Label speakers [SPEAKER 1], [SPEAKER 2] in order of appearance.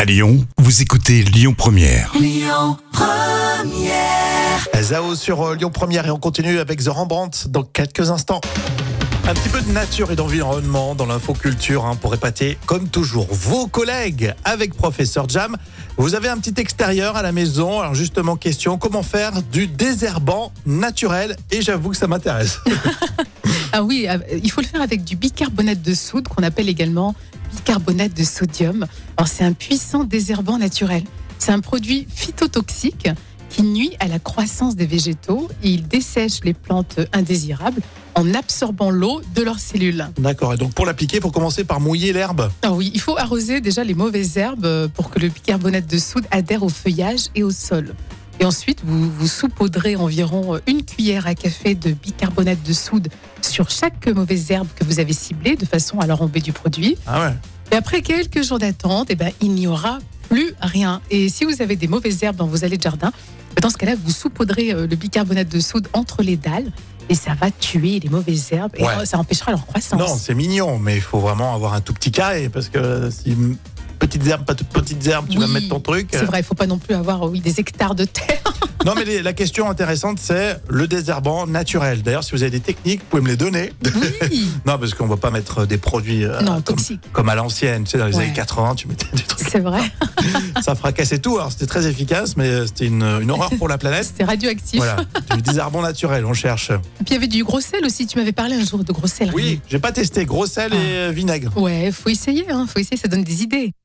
[SPEAKER 1] À Lyon, vous écoutez Lyon Première.
[SPEAKER 2] Zao sur euh, Lyon Première et on continue avec The Rembrandt dans quelques instants. Un petit peu de nature et d'environnement dans l'infoculture hein, pour épater, comme toujours, vos collègues avec Professeur Jam. Vous avez un petit extérieur à la maison. Alors justement, question, comment faire du désherbant naturel Et j'avoue que ça m'intéresse.
[SPEAKER 3] Ah oui, euh, il faut le faire avec du bicarbonate de soude, qu'on appelle également bicarbonate de sodium. Alors, C'est un puissant désherbant naturel. C'est un produit phytotoxique qui nuit à la croissance des végétaux et il dessèche les plantes indésirables en absorbant l'eau de leurs cellules.
[SPEAKER 2] D'accord, et donc pour l'appliquer, il faut commencer par mouiller l'herbe.
[SPEAKER 3] Alors Ah oui, il faut arroser déjà les mauvaises herbes euh, pour que le bicarbonate de soude adhère au feuillage et au sol. Et ensuite, vous, vous saupoudrez environ euh, une cuillère à café de bicarbonate de soude sur chaque mauvaise herbe que vous avez ciblée de façon à l'enrober du produit.
[SPEAKER 2] Ah ouais
[SPEAKER 3] Et après quelques jours d'attente, eh ben, il n'y aura plus rien. Et si vous avez des mauvaises herbes dans vos allées de jardin, ben, dans ce cas-là, vous saupoudrez euh, le bicarbonate de soude entre les dalles et ça va tuer les mauvaises herbes et
[SPEAKER 2] Ouais.
[SPEAKER 3] euh, ça empêchera leur croissance.
[SPEAKER 2] Non, c'est mignon, mais il faut vraiment avoir un tout petit carré parce que si petites herbes, pas toutes petites herbes, tu vas
[SPEAKER 3] Oui,
[SPEAKER 2] mettre ton truc.
[SPEAKER 3] C'est vrai, il faut pas non plus avoir euh, oui, des hectares de terre.
[SPEAKER 2] Non, mais les- la question intéressante, c'est le désherbant naturel. D'ailleurs, si vous avez des techniques, vous pouvez me les donner.
[SPEAKER 3] Oui,
[SPEAKER 2] Non, parce qu'on ne va pas mettre des produits euh,
[SPEAKER 3] non,
[SPEAKER 2] comme,
[SPEAKER 3] toxique,
[SPEAKER 2] comme à l'ancienne. Tu sais, dans les
[SPEAKER 3] Ouais.
[SPEAKER 2] années 80, tu mettais des trucs.
[SPEAKER 3] c'est vrai,
[SPEAKER 2] Ça fracassait tout. Alors, c'était très efficace, mais euh, c'était une, une horreur pour la planète.
[SPEAKER 3] c'était radioactif.
[SPEAKER 2] Voilà, du désherbant naturel, on cherche.
[SPEAKER 3] Et puis il y avait du gros sel aussi, tu m'avais parlé un jour de gros sel.
[SPEAKER 2] Oui, j'ai pas testé gros sel et
[SPEAKER 3] Ah.
[SPEAKER 2] euh, vinaigre.
[SPEAKER 3] Ouais, faut essayer, hein, faut essayer, ça donne des idées.